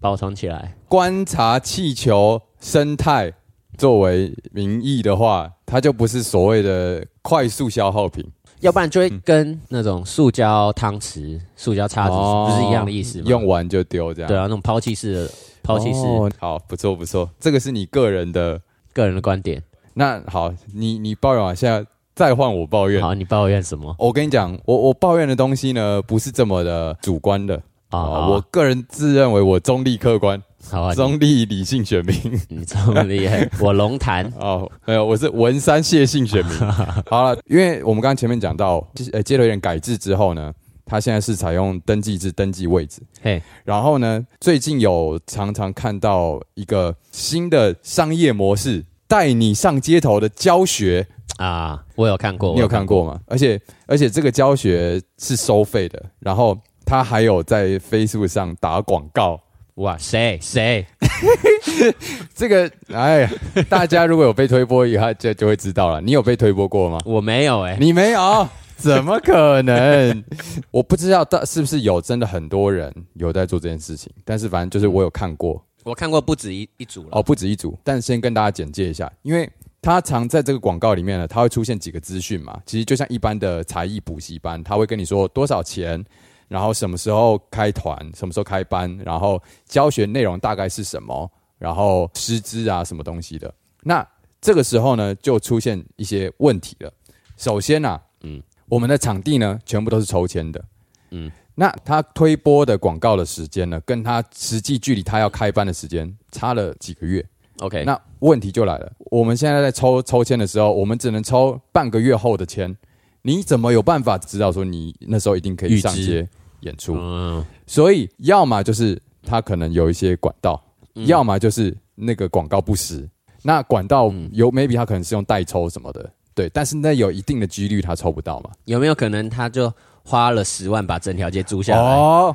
[SPEAKER 1] 保存起来。
[SPEAKER 2] 观察气球生态作为名义的话，它就不是所谓的快速消耗品，
[SPEAKER 1] 要不然就会跟那种塑胶汤匙、塑胶叉子
[SPEAKER 2] 哦
[SPEAKER 1] 不是一样的意思吗？
[SPEAKER 2] 用完就丢这样。
[SPEAKER 1] 对啊，那种抛弃式的抛弃式，
[SPEAKER 2] 哦好，不错不错，这个是你个人的。
[SPEAKER 1] 个人的观点。
[SPEAKER 2] 那好，你你抱怨完，现在再换我抱怨。
[SPEAKER 1] 好，你抱怨什么
[SPEAKER 2] 我跟你讲，我我抱怨的东西呢，不是这么的主观的
[SPEAKER 1] 啊？好
[SPEAKER 2] 啊
[SPEAKER 1] 啊
[SPEAKER 2] 我个人自认为我中立客观，
[SPEAKER 1] 好啊，
[SPEAKER 2] 中立理性选民。
[SPEAKER 1] 你你这么厉 害，我龙潭
[SPEAKER 2] 哦，没有，我是文山谢姓选民。好了，因为我们刚刚前面讲到，就是呃，街头艺人改制之后呢，他现在是采用登记制登记位置。
[SPEAKER 1] 嘿，
[SPEAKER 2] 然后呢，最近有常常看到一个新的商业模式，带你上街头的教学，
[SPEAKER 1] 啊，我有看过，
[SPEAKER 2] 你有看过吗？而且而且这个教学是收费的，然后他还有在 Facebook 上打广告。
[SPEAKER 1] 我有看过？哇，谁谁？
[SPEAKER 2] 这个，哎呀， 大家如果有被推播以后，就就会知道了。你有被推播过吗？
[SPEAKER 1] 我没有哎、
[SPEAKER 2] 你没有？怎么可能？ 我不知道到是不是有真的很多人有在做这件事情，但是反正就是我有看过
[SPEAKER 1] 我看过不止一一组了。
[SPEAKER 2] 哦，不止一组。但先跟大家简介一下，因为它常在这个广告里面呢，它会出现几个资讯嘛。其实就像一般的才艺补习班，它会跟你说多少钱，然后什么时候开团，什么时候开班，然后教学内容大概是什么，然后师资啊什么东西的。那这个时候呢，就出现一些问题了。首先啊，我们的场地呢，全部都是抽签的。嗯
[SPEAKER 1] 嗯，
[SPEAKER 2] 那他推播的广告的时间呢，跟他实际距离他要开班的时间差了几个月。
[SPEAKER 1] OK，
[SPEAKER 2] 那问题就来了，我们现在在抽抽签的时候，我们只能抽半个月后的签，你怎么有办法知道说你那时候一定可以
[SPEAKER 1] 预知
[SPEAKER 2] 上街演出？
[SPEAKER 1] 嗯，
[SPEAKER 2] 所以要么就是他可能有一些管道，要么就是那个广告不实。那管道
[SPEAKER 1] 嗯
[SPEAKER 2] 有、maybe 他可能是用代抽什么的，对，但是那有一定的几率他抽不到嘛。
[SPEAKER 1] 有没有可能他就花了十万把整条街租下来？
[SPEAKER 2] 哦，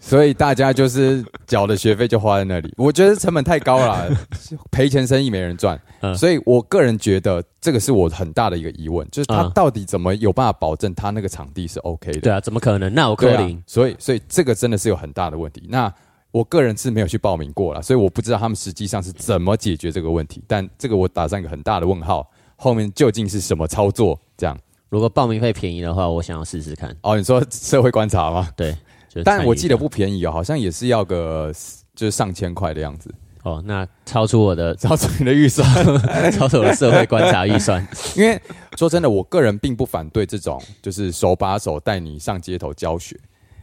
[SPEAKER 2] 所以大家就是缴的学费就花在那里，我觉得成本太高 了，赔钱生意没人赚。
[SPEAKER 1] 嗯
[SPEAKER 2] 所以我个人觉得这个是我很大的一个疑问，就是他
[SPEAKER 1] 嗯
[SPEAKER 2] 到底怎么有办法保证他那个场地是 OK 的？
[SPEAKER 1] 对啊，怎么可能？那我扣
[SPEAKER 2] 对啊
[SPEAKER 1] 零。
[SPEAKER 2] 所以所以这个真的是有很大的问题。那我个人是没有去报名过啦，所以我不知道他们实际上是怎么解决这个问题。但这个我打上一个很大的问号，后面究竟是什么操作？这样
[SPEAKER 1] 如果报名费便宜的话，我想要试试看。
[SPEAKER 2] 哦，你说社会观察吗？
[SPEAKER 1] 对，就是
[SPEAKER 2] 但
[SPEAKER 1] 参与
[SPEAKER 2] 我记
[SPEAKER 1] 一下
[SPEAKER 2] 得不便宜哦，好像也是要个就是上千块的样子，
[SPEAKER 1] 哦，那超出我的
[SPEAKER 2] 超出你的预算。
[SPEAKER 1] 超出我的社会观察预算。
[SPEAKER 2] 因为说真的，我个人并不反对这种就是手把手带你上街头教学。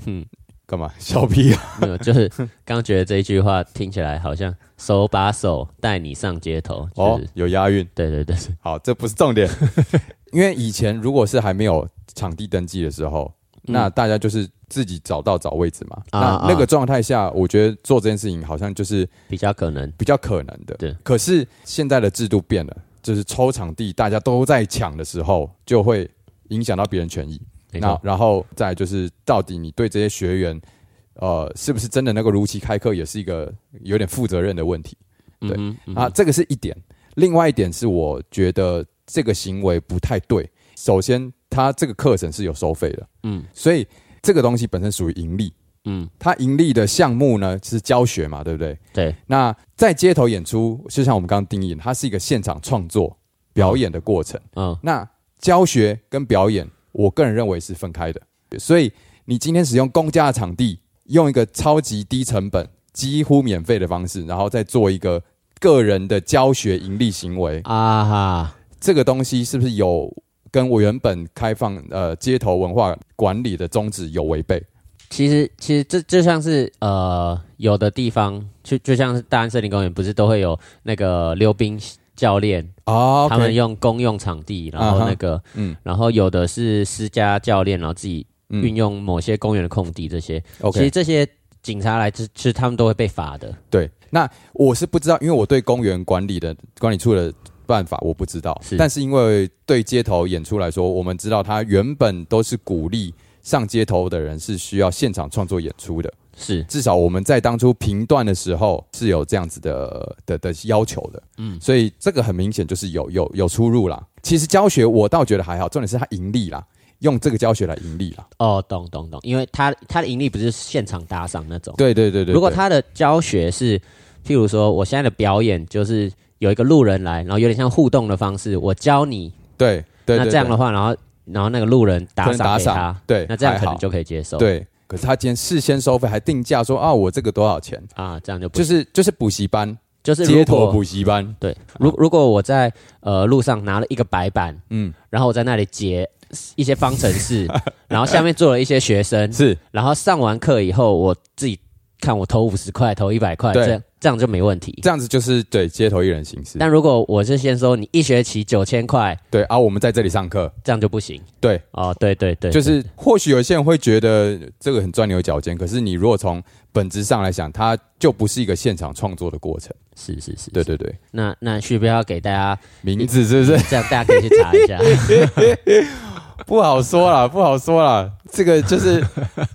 [SPEAKER 2] 嗯
[SPEAKER 1] 嗯，
[SPEAKER 2] 干嘛笑屁啊？
[SPEAKER 1] 没有，就是刚觉得这一句话听起来好像手把手带你上街头，就是、
[SPEAKER 2] 哦，有押韵。
[SPEAKER 1] 对对对，
[SPEAKER 2] 好，这不是重点，因为以前如果是还没有场地登记的时候，
[SPEAKER 1] 嗯
[SPEAKER 2] 那大家就是自己找到找位置嘛。
[SPEAKER 1] 啊
[SPEAKER 2] 那
[SPEAKER 1] 啊
[SPEAKER 2] 那个状态下，我觉得做这件事情好像就是
[SPEAKER 1] 比较可能。
[SPEAKER 2] 比较可能的。
[SPEAKER 1] 对，
[SPEAKER 2] 可是现在的制度变了，就是抽场地大家都在抢的时候，就会影响到别人权益。
[SPEAKER 1] 没
[SPEAKER 2] 那
[SPEAKER 1] 错，
[SPEAKER 2] 然后再来就是，到底你对这些学员，呃，是不是真的能够如期开课，也是一个有点负责任的问题。对
[SPEAKER 1] 嗯哼
[SPEAKER 2] 啊，，这个是一点。另外一点是，我觉得这个行为不太对。首先，他这个课程是有收费的，
[SPEAKER 1] 嗯
[SPEAKER 2] 所以这个东西本身属于盈利。
[SPEAKER 1] 嗯，
[SPEAKER 2] 它盈利的项目呢是教学嘛，对不对？
[SPEAKER 1] 对，
[SPEAKER 2] 那在街头演出，就像我们刚刚定义的，它是一个现场创作表演的过程。
[SPEAKER 1] 嗯
[SPEAKER 2] 那教学跟表演，我个人认为是分开的。所以你今天使用公家的场地，用一个超级低成本、几乎免费的方式，然后再做一个个人的教学盈利行为，
[SPEAKER 1] 啊哈，
[SPEAKER 2] 这个东西是不是有跟我原本开放呃街头文化管理的宗旨有违背？
[SPEAKER 1] 其实其实这就像是呃，有的地方就就像是大安森林公园，不是都会有那个溜冰教练
[SPEAKER 2] 哦
[SPEAKER 1] 他们用公用场地，然
[SPEAKER 2] 啊
[SPEAKER 1] 后
[SPEAKER 2] 哈
[SPEAKER 1] 那个
[SPEAKER 2] 嗯
[SPEAKER 1] 嗯，然后有的是私家教练，然后自己
[SPEAKER 2] 嗯
[SPEAKER 1] 运用某些公园的空地这些，其实
[SPEAKER 2] OK，
[SPEAKER 1] 这些警察来，其实他们都会被罚的。
[SPEAKER 2] 对。那我是不知道，因为我对公园管理的管理处的办法我不知道，
[SPEAKER 1] 是
[SPEAKER 2] 但是因为对街头演出来说，我们知道他原本都是鼓励上街头的人是需要现场创作演出的，
[SPEAKER 1] 是
[SPEAKER 2] 至少我们在当初评断的时候是有这样子的的的要求的，嗯，所以这个很明显就是有有有出入啦。其实教学我倒觉得还好，重点是他盈利啦，用这个教学来盈利啦。
[SPEAKER 1] 哦，懂懂懂，因为他他的盈利不是现场打赏那种。
[SPEAKER 2] 对对对对，
[SPEAKER 1] 如果
[SPEAKER 2] 对
[SPEAKER 1] 他的教学是，譬如说我现在的表演就是有一个路人来，然后有点像互动的方式，我教你，
[SPEAKER 2] 对对
[SPEAKER 1] 那
[SPEAKER 2] 对
[SPEAKER 1] 这样的
[SPEAKER 2] 对
[SPEAKER 1] 话，然后然后那个路人
[SPEAKER 2] 可
[SPEAKER 1] 打
[SPEAKER 2] 能
[SPEAKER 1] 赏
[SPEAKER 2] 打
[SPEAKER 1] 给
[SPEAKER 2] 赏
[SPEAKER 1] 他，，
[SPEAKER 2] 对，
[SPEAKER 1] 那这样
[SPEAKER 2] 还
[SPEAKER 1] 可能
[SPEAKER 2] 好
[SPEAKER 1] 就可以接受。
[SPEAKER 2] 对。可是他今天事先收费，还定价说啊，我这个多少钱？
[SPEAKER 1] 啊，这样就不
[SPEAKER 2] 就
[SPEAKER 1] 行
[SPEAKER 2] 是就是补习班，
[SPEAKER 1] 就是如
[SPEAKER 2] 街头
[SPEAKER 1] 果
[SPEAKER 2] 补习班，
[SPEAKER 1] 对，如如果我在呃路上拿了一个白板，
[SPEAKER 2] 嗯，
[SPEAKER 1] 然后我在那里解一些方程式，然后下面坐了一些学生，
[SPEAKER 2] 是
[SPEAKER 1] 然后上完课以后，我自己看我投五十块，投一百块，
[SPEAKER 2] 对
[SPEAKER 1] 这样这样就没问题。
[SPEAKER 2] 这样子，就是对街头艺人形式。
[SPEAKER 1] 但如果我是先收你一学期九千块，
[SPEAKER 2] 对啊，我们在这里上课，
[SPEAKER 1] 这样就不行。
[SPEAKER 2] 对，
[SPEAKER 1] 哦，对对对，
[SPEAKER 2] 就是或许有些人会觉得这个很钻牛角尖，可是你如果从本质上来想，它就不是一个现场创作的过程。
[SPEAKER 1] 是是是，
[SPEAKER 2] 对对对，
[SPEAKER 1] 那那需不需要给大家
[SPEAKER 2] 名字是不是
[SPEAKER 1] 这样，大家可以去查一下。
[SPEAKER 2] 不好说啦，不好说啦，这个就是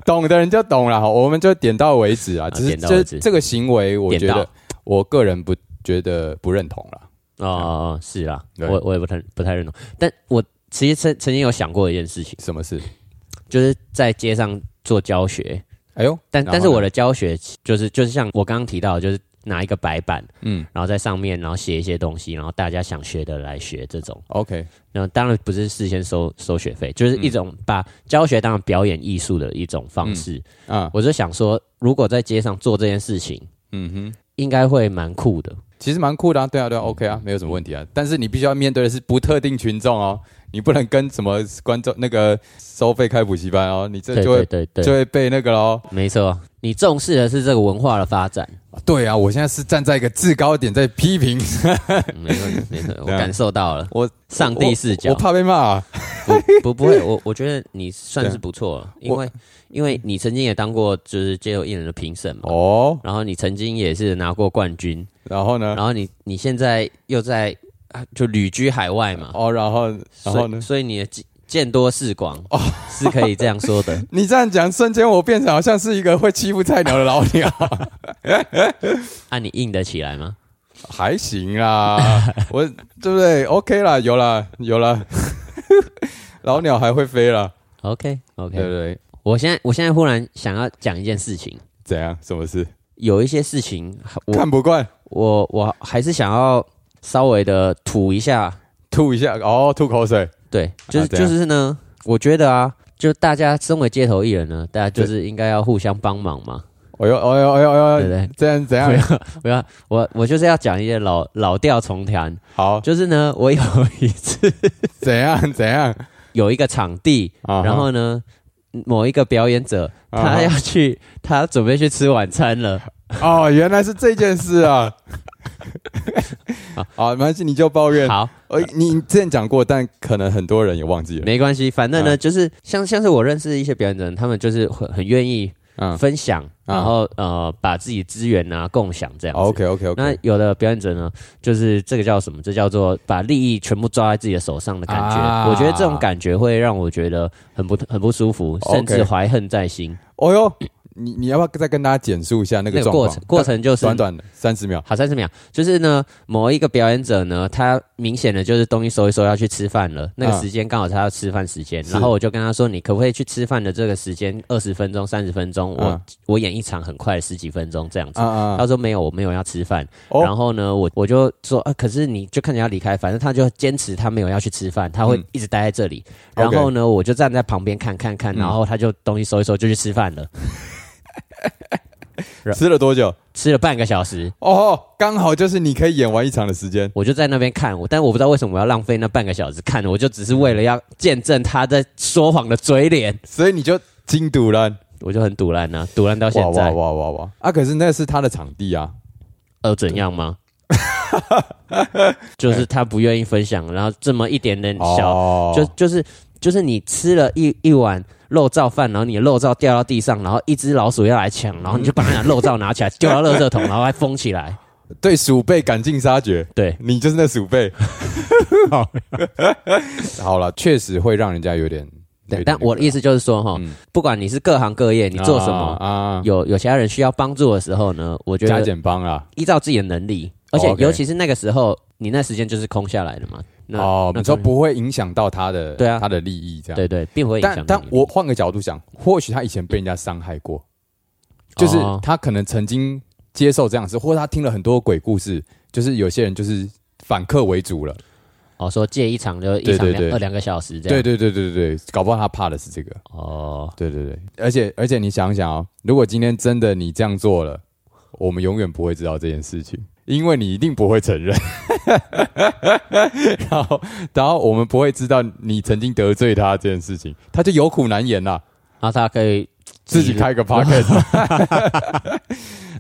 [SPEAKER 2] 懂的人就懂了， 我们就点到为止啊。只是
[SPEAKER 1] 点到为
[SPEAKER 2] 这
[SPEAKER 1] 止
[SPEAKER 2] 这个行为，我觉
[SPEAKER 1] 点
[SPEAKER 2] 得
[SPEAKER 1] 到
[SPEAKER 2] 我个人不觉得不认同啦。
[SPEAKER 1] 哦，是啦，
[SPEAKER 2] 啊对
[SPEAKER 1] 我我也不太不太认同，但我其实曾曾经有想过一件事情，
[SPEAKER 2] 什么事？
[SPEAKER 1] 就是在街上做教学，
[SPEAKER 2] 哎呦，
[SPEAKER 1] 但
[SPEAKER 2] 然后呢
[SPEAKER 1] 但是我的教学就是就是像我刚刚提到的，就是拿一个白板，
[SPEAKER 2] 嗯
[SPEAKER 1] 然后在上面然后写一些东西，然后大家想学的来学这种。
[SPEAKER 2] ，OK，
[SPEAKER 1] 那当然不是事先收收学费，就是一种把教学当成表演艺术的一种方式。
[SPEAKER 2] 啊，
[SPEAKER 1] 我就想说，如果在街上做这件事情，
[SPEAKER 2] 嗯哼。
[SPEAKER 1] 应该会蛮酷的。
[SPEAKER 2] 其实蛮酷的、啊，对啊，
[SPEAKER 1] 嗯
[SPEAKER 2] 对啊，OK 啊，没有什么问题啊。但是你必须要面对的是不特定群众哦，你不能跟什么观众那个收费开补习班哦，你这
[SPEAKER 1] 对
[SPEAKER 2] 就会
[SPEAKER 1] 对对对，
[SPEAKER 2] 就会被那个喽。
[SPEAKER 1] 没错，你重视的是这个文化的发 展。
[SPEAKER 2] 对啊，我现在是站在一个制高点在批评，
[SPEAKER 1] 嗯没错没错，我
[SPEAKER 2] 对啊
[SPEAKER 1] 感受到了。
[SPEAKER 2] 我
[SPEAKER 1] 上帝视
[SPEAKER 2] 我
[SPEAKER 1] 角
[SPEAKER 2] 我，怕被骂、啊。
[SPEAKER 1] 不不不会，我我觉得你算
[SPEAKER 2] 对啊
[SPEAKER 1] 是不错了，因
[SPEAKER 2] 我
[SPEAKER 1] 为因为你曾经也当过就是街头艺人的评审嘛，
[SPEAKER 2] 哦，
[SPEAKER 1] 然后你曾经也是拿过冠军，
[SPEAKER 2] 然后呢？
[SPEAKER 1] 然后你你现在又在啊就旅居海外嘛，
[SPEAKER 2] 哦，然后然后呢，
[SPEAKER 1] 所以？所以你的见见多识广是可以这样说的
[SPEAKER 2] 你这样讲，瞬间我变成好像是一个会欺负菜鸟的老 鸟，
[SPEAKER 1] 啊，你硬得起来吗？
[SPEAKER 2] 还行啦，我对不对？OK 啦，有啦，有啦， 老鸟还会飞啦，
[SPEAKER 1] OK OK，
[SPEAKER 2] 对不对？
[SPEAKER 1] 我现在我现在忽然想要讲一件事情，
[SPEAKER 2] 怎样？什么事？
[SPEAKER 1] 有一些事情我
[SPEAKER 2] 看不惯，
[SPEAKER 1] 我我还是想要稍微的吐一下
[SPEAKER 2] 吐一下，哦，吐口水，
[SPEAKER 1] 对，就是、
[SPEAKER 2] 怎
[SPEAKER 1] 就
[SPEAKER 2] 样
[SPEAKER 1] 是呢，我觉得啊，就大家身为街头艺人呢，大家就是应该要互相帮忙嘛，
[SPEAKER 2] 哎呦，哎呦，哎呦，哎
[SPEAKER 1] 对不
[SPEAKER 2] 呦，
[SPEAKER 1] 对？
[SPEAKER 2] 这样怎
[SPEAKER 1] 没
[SPEAKER 2] 样？
[SPEAKER 1] 有，不要，我我就是要讲一些老老调重弹，
[SPEAKER 2] 好，
[SPEAKER 1] 就是呢，我有一次
[SPEAKER 2] 怎 样怎样？
[SPEAKER 1] 有一个场地，
[SPEAKER 2] 啊哈
[SPEAKER 1] 然后呢，某一个表演者
[SPEAKER 2] 啊哈
[SPEAKER 1] 他要去，他准备去吃晚餐了，
[SPEAKER 2] 哦，原来是这件事 啊。好，没关系，你就抱怨。
[SPEAKER 1] 好，
[SPEAKER 2] 哎，你之前讲过，但可能很多人也忘记了。
[SPEAKER 1] 没关系，反正
[SPEAKER 2] 啊
[SPEAKER 1] 呢，就是像像是我认识一些表演者，他们就是很很愿意
[SPEAKER 2] 嗯
[SPEAKER 1] 分享，然后呃，把自己资源啊共享这样子。
[SPEAKER 2] ，OK，OK，OK。
[SPEAKER 1] 那有的表演者呢，就是这个叫什么？这叫做把利益全部抓在自己的手上的感觉。
[SPEAKER 2] 啊
[SPEAKER 1] 我觉得这种感觉会让我觉得很不很不舒服，
[SPEAKER 2] OK
[SPEAKER 1] 甚至怀恨在心。
[SPEAKER 2] 哦呦，你你要不要再跟大家简述一下那个
[SPEAKER 1] 那个
[SPEAKER 2] 状
[SPEAKER 1] 过
[SPEAKER 2] 况
[SPEAKER 1] 程？过程就是
[SPEAKER 2] 短短的三十秒。
[SPEAKER 1] 好三十秒，就是呢，某一个表演者呢，他明显的就是东西收一收要去吃饭了，那个
[SPEAKER 2] 嗯
[SPEAKER 1] 时间刚好是他要吃饭时间，
[SPEAKER 2] 是
[SPEAKER 1] 然后我就跟他说，你可不可以去吃饭的这个时间二十分钟、三十分钟，我、
[SPEAKER 2] 嗯
[SPEAKER 1] 我演一场很快十几分钟这样子。
[SPEAKER 2] 啊啊！
[SPEAKER 1] 他说没有，我没有要吃饭。
[SPEAKER 2] 哦
[SPEAKER 1] 然后呢，我我就说，啊，可是你就看着要离开，反正他就坚持他没有要去吃饭，他会
[SPEAKER 2] 嗯
[SPEAKER 1] 一直待在这里。然
[SPEAKER 2] OK
[SPEAKER 1] 后呢，我就站在旁边看看看，
[SPEAKER 2] 嗯
[SPEAKER 1] 然后他就东西收一收就去吃饭了，
[SPEAKER 2] 吃了多久？
[SPEAKER 1] 吃了半个小时，
[SPEAKER 2] 哦，刚好就是你可以演完一场的时间。
[SPEAKER 1] 我就在那边看我，但我不知道为什么我要浪费那半个小时看，我就只是为了要见证他在说谎的嘴脸，
[SPEAKER 2] 所以你就精堵了，
[SPEAKER 1] 我就很堵然呐、啊，堵然到现
[SPEAKER 2] 哇哇
[SPEAKER 1] 在，
[SPEAKER 2] 哇哇哇！啊，可是那是他的场地啊，
[SPEAKER 1] 呃，怎样吗？ 就是他不愿意分享，然后这么一点点小，
[SPEAKER 2] 哦
[SPEAKER 1] 就就是就是你吃了一一碗肉燥饭，然后你的肉燥掉 到地上，然后一只老鼠要来抢，然后你就把那肉燥拿起来丢到垃圾桶，然后还封起来，
[SPEAKER 2] 对鼠辈赶尽杀绝，
[SPEAKER 1] 对，
[SPEAKER 2] 你就是那鼠 辈。 好了，确实会让人家有点。
[SPEAKER 1] 对，但我的意
[SPEAKER 2] 思，
[SPEAKER 1] 思就是说哈，
[SPEAKER 2] 嗯
[SPEAKER 1] 不管你是各行各业，你做什么，
[SPEAKER 2] 啊？
[SPEAKER 1] 有有其他人需要帮助的时候呢，我觉
[SPEAKER 2] 加
[SPEAKER 1] 得
[SPEAKER 2] 减帮啊？
[SPEAKER 1] 依照自己的能力，
[SPEAKER 2] 哦
[SPEAKER 1] 而且
[SPEAKER 2] OK
[SPEAKER 1] 尤其是那个时候，你那时间就是空下来的嘛。那
[SPEAKER 2] 哦，
[SPEAKER 1] 那
[SPEAKER 2] 你说
[SPEAKER 1] 当然
[SPEAKER 2] 不会影响到他的
[SPEAKER 1] 对啊
[SPEAKER 2] 他的利益这样。
[SPEAKER 1] 对对，并不会影响
[SPEAKER 2] 但
[SPEAKER 1] 到
[SPEAKER 2] 但
[SPEAKER 1] 你。
[SPEAKER 2] 我换个角度想，或许他以前被人家伤害过，就是
[SPEAKER 1] 哦
[SPEAKER 2] 他可能曾经接受这样的事，或者他听了很多鬼故事，就是有些人就是反客为主了。
[SPEAKER 1] 哦，说借一场就一
[SPEAKER 2] 对
[SPEAKER 1] 场
[SPEAKER 2] 对
[SPEAKER 1] 两
[SPEAKER 2] 对
[SPEAKER 1] 二两个小时这
[SPEAKER 2] 对
[SPEAKER 1] 样。
[SPEAKER 2] 对对对对对，搞不好他怕的是这个。
[SPEAKER 1] 哦，
[SPEAKER 2] 对对对，而且而且你想想哦，如果今天真的你这样做了，我们永远不会知道这件事情，因为你一定不会承认。 然后然后我们不会知道你曾经得罪他这件事情，他就有苦难言啦、
[SPEAKER 1] 那他可以
[SPEAKER 2] 自己开 个 podcast。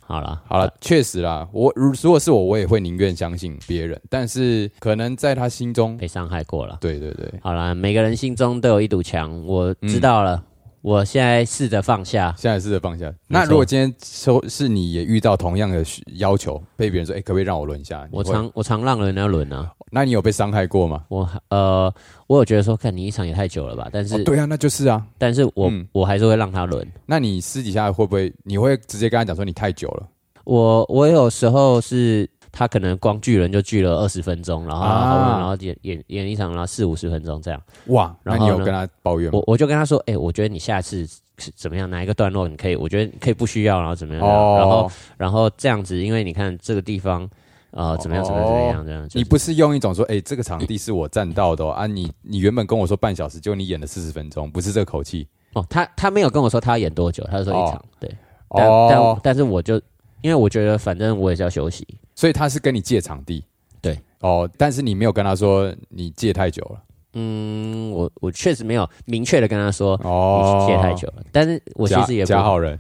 [SPEAKER 1] 好了，
[SPEAKER 2] 好了，确实啦，我如如果是我，我也会宁愿相信别人，但是可能在他心中，
[SPEAKER 1] 被伤害过了。
[SPEAKER 2] 对对对，
[SPEAKER 1] 好啦，每个人心中都有一堵墙，我知道
[SPEAKER 2] 嗯
[SPEAKER 1] 了。我现在试着放下，
[SPEAKER 2] 现在试着放下。那如果今天收是你也遇到同样的需要求，被别人说，哎、可不可以让我轮一下？你
[SPEAKER 1] 我
[SPEAKER 2] 会嗯
[SPEAKER 1] 常我常让人家轮啊。
[SPEAKER 2] 那你有被伤害过吗？
[SPEAKER 1] 我呃，我有觉得说，看你一场也太久了吧，但是、
[SPEAKER 2] 哦，对啊，那就是啊。
[SPEAKER 1] 但是我、
[SPEAKER 2] 嗯
[SPEAKER 1] 我还是会让他轮。
[SPEAKER 2] 那你私底下会不会，你会直接跟他讲说你太久了
[SPEAKER 1] 我我有时候是他可能光巨人就巨了二十分钟，然后、
[SPEAKER 2] 啊
[SPEAKER 1] 然后演演演一场，然后四五十分钟这样，
[SPEAKER 2] 哇？那
[SPEAKER 1] 然
[SPEAKER 2] 你
[SPEAKER 1] 后呢
[SPEAKER 2] 有跟他抱怨吗
[SPEAKER 1] 我？我就跟他说，哎、我觉得你下次是怎么样，哪一个段落你可以，我觉得你可以不需要，然后怎么样，
[SPEAKER 2] 哦
[SPEAKER 1] 然后，然后这样子，因为你看这个地方。呃，怎么
[SPEAKER 2] 哦
[SPEAKER 1] 样？怎么样？怎么样？这样，就是
[SPEAKER 2] 你不是用一种说，哎、这个场地是我占到的、哦、啊，你你原本跟我说半小时，结果你演了四十分钟，不是这个口气
[SPEAKER 1] 哦，他他没有跟我说他要演多久，他就说一场，对，但、但
[SPEAKER 2] 哦，
[SPEAKER 1] 但是我就因为我觉得反正我也是要休息，
[SPEAKER 2] 所以他是跟你借场地，
[SPEAKER 1] 对
[SPEAKER 2] 哦，但是你没有跟他说你借太久了
[SPEAKER 1] 嗯，我我确实没有明确的跟他说
[SPEAKER 2] 哦
[SPEAKER 1] 你，借太久了，但是我其
[SPEAKER 2] 假
[SPEAKER 1] 实也不
[SPEAKER 2] 假好人，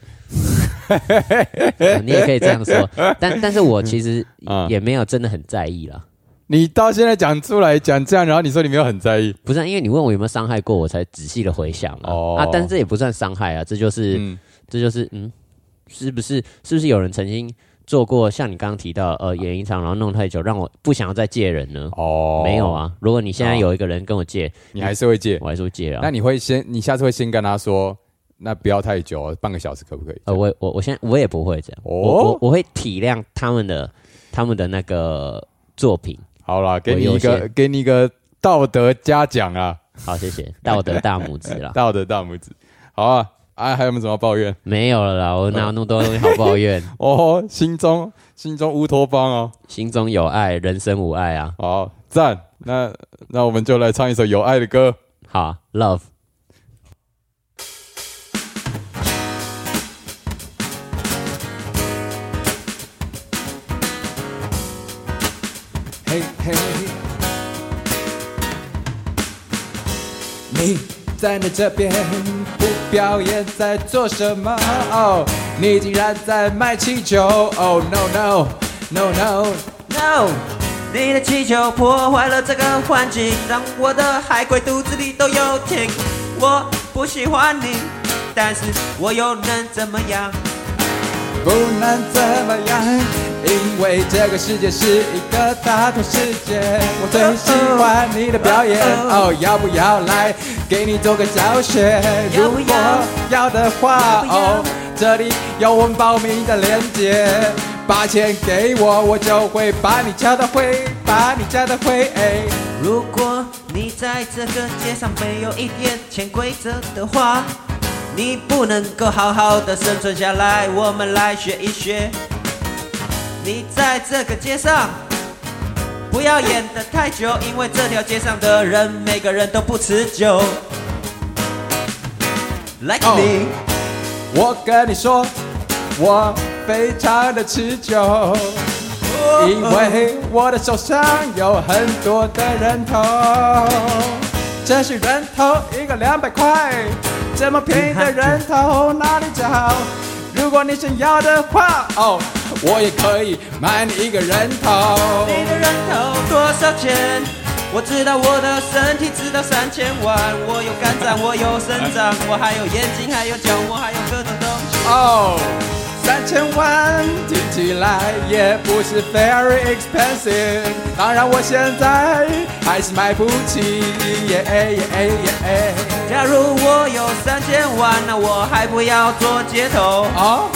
[SPEAKER 1] 呃你也可以这样说， 但但是我其实
[SPEAKER 2] 嗯
[SPEAKER 1] 也没有真的很在意啦。
[SPEAKER 2] 你到现在讲出来讲这样，然后你说你没有很在意，
[SPEAKER 1] 不是啊、因为你问我有没有伤害过，我才仔细的回想嘛。
[SPEAKER 2] 哦
[SPEAKER 1] 啊，但是这也不算伤害啊，这就是、
[SPEAKER 2] 嗯，
[SPEAKER 1] 这就是嗯，是不是是不是有人曾经做过像你刚刚提到呃演一场然后弄太久，让我不想要再借人呢？
[SPEAKER 2] 哦，
[SPEAKER 1] 没有，啊，如果你现在有一个人跟我借，
[SPEAKER 2] 你还是会借，
[SPEAKER 1] 我还是会借啊。
[SPEAKER 2] 那你会先，你下次会先跟他说，那不要太久，半个小时可不可以？
[SPEAKER 1] 呃，我我我现在我也不会这样，
[SPEAKER 2] 哦
[SPEAKER 1] 我我我会体谅他们的他们的那个作品。
[SPEAKER 2] 好啦，给你一
[SPEAKER 1] 我优
[SPEAKER 2] 个，
[SPEAKER 1] 先
[SPEAKER 2] 给你一个道德嘉奖啊，
[SPEAKER 1] 好，谢 谢，道德大拇指 啦，
[SPEAKER 2] 道德大拇指。好啊，啊，还有没有什么抱怨？
[SPEAKER 1] 没有了啦，我哪有那么多东西好抱 怨？
[SPEAKER 2] 哦，心中心中乌托邦哦，
[SPEAKER 1] 心中有爱，人生无爱啊。
[SPEAKER 2] 好赞。那那我们就来唱一首有爱的歌。
[SPEAKER 1] 好，love。
[SPEAKER 2] 嘿嘿，你站在这边不表演在做什么？哦，你竟然在卖气球！Oh no no no no！
[SPEAKER 3] No，你的气球破坏了这个环境，让我的海龟肚子里都有ting。我不喜欢你，但是我又能怎么样？
[SPEAKER 2] 不能怎么样，因为这个世界是一个大同世界。我最喜欢你的表演，哦，要不要来给你做个教学？
[SPEAKER 3] 要
[SPEAKER 2] 如
[SPEAKER 3] 不
[SPEAKER 2] 果
[SPEAKER 3] 要
[SPEAKER 2] 要的话，
[SPEAKER 3] 要不要
[SPEAKER 2] 哦，这里有我们报名的链接。把钱给我，我就会把你教的会，把你教的会。哎
[SPEAKER 3] 如果你在这个街上没有一点潜规则的话，你不能够好好的生存下来。我们来学一学，你在这个街上。不要演得太久，因为这条街上的人每个人都不持久。Like
[SPEAKER 2] 哦
[SPEAKER 3] 你
[SPEAKER 2] 我跟你说，我非常的持久。因为我的手上有很多的人头，这是人头一个两百块，这么便宜的人头哪里找？如果你想要的话，哦，我也可以买你一个人头。
[SPEAKER 3] 你的人头多少钱？我知道我的身体值到三千万，我有肝脏，我有肾脏，我还有眼睛，还有脚，我还有各种东西。
[SPEAKER 2] 哦，
[SPEAKER 3] 所
[SPEAKER 2] 三千万，听起来也不是 very expensive。当然，我现在还是买不起。耶耶耶耶！
[SPEAKER 3] 假如我有三千万，那我还不要做街头，
[SPEAKER 2] 哦，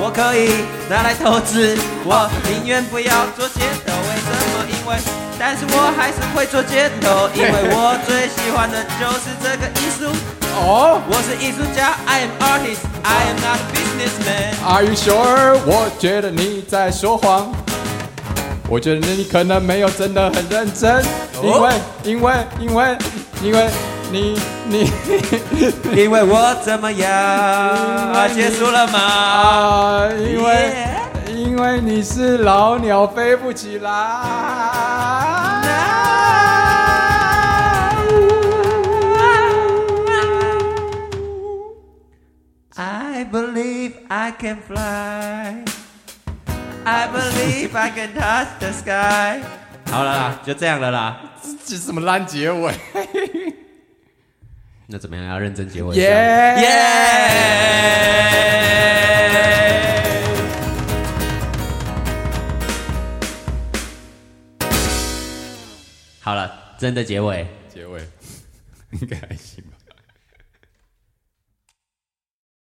[SPEAKER 3] 我可以拿来投资。我宁愿不要做街头，为什么？因为，但是我还是会做街头，因为我最喜欢的就是这个艺术。
[SPEAKER 2] 哦。
[SPEAKER 3] 我是艺术家，I am artist, I am not a businessman。
[SPEAKER 2] Are you sure？我觉得你在说谎。我觉得你可能没有真的很认真，因为、因为因为因为你你
[SPEAKER 3] 因为我怎么样？啊结束了吗？
[SPEAKER 2] 啊，因为因为你是老鸟飞不起来。
[SPEAKER 3] I believe I can fly. I believe I can touch the sky. 好了啦，就这样了啦。
[SPEAKER 2] 这什么烂结尾？
[SPEAKER 1] 那怎么样？要认真结尾一下吗
[SPEAKER 2] 耶
[SPEAKER 3] 耶、
[SPEAKER 1] 好了，真的结尾。
[SPEAKER 2] 结尾应该还行吧。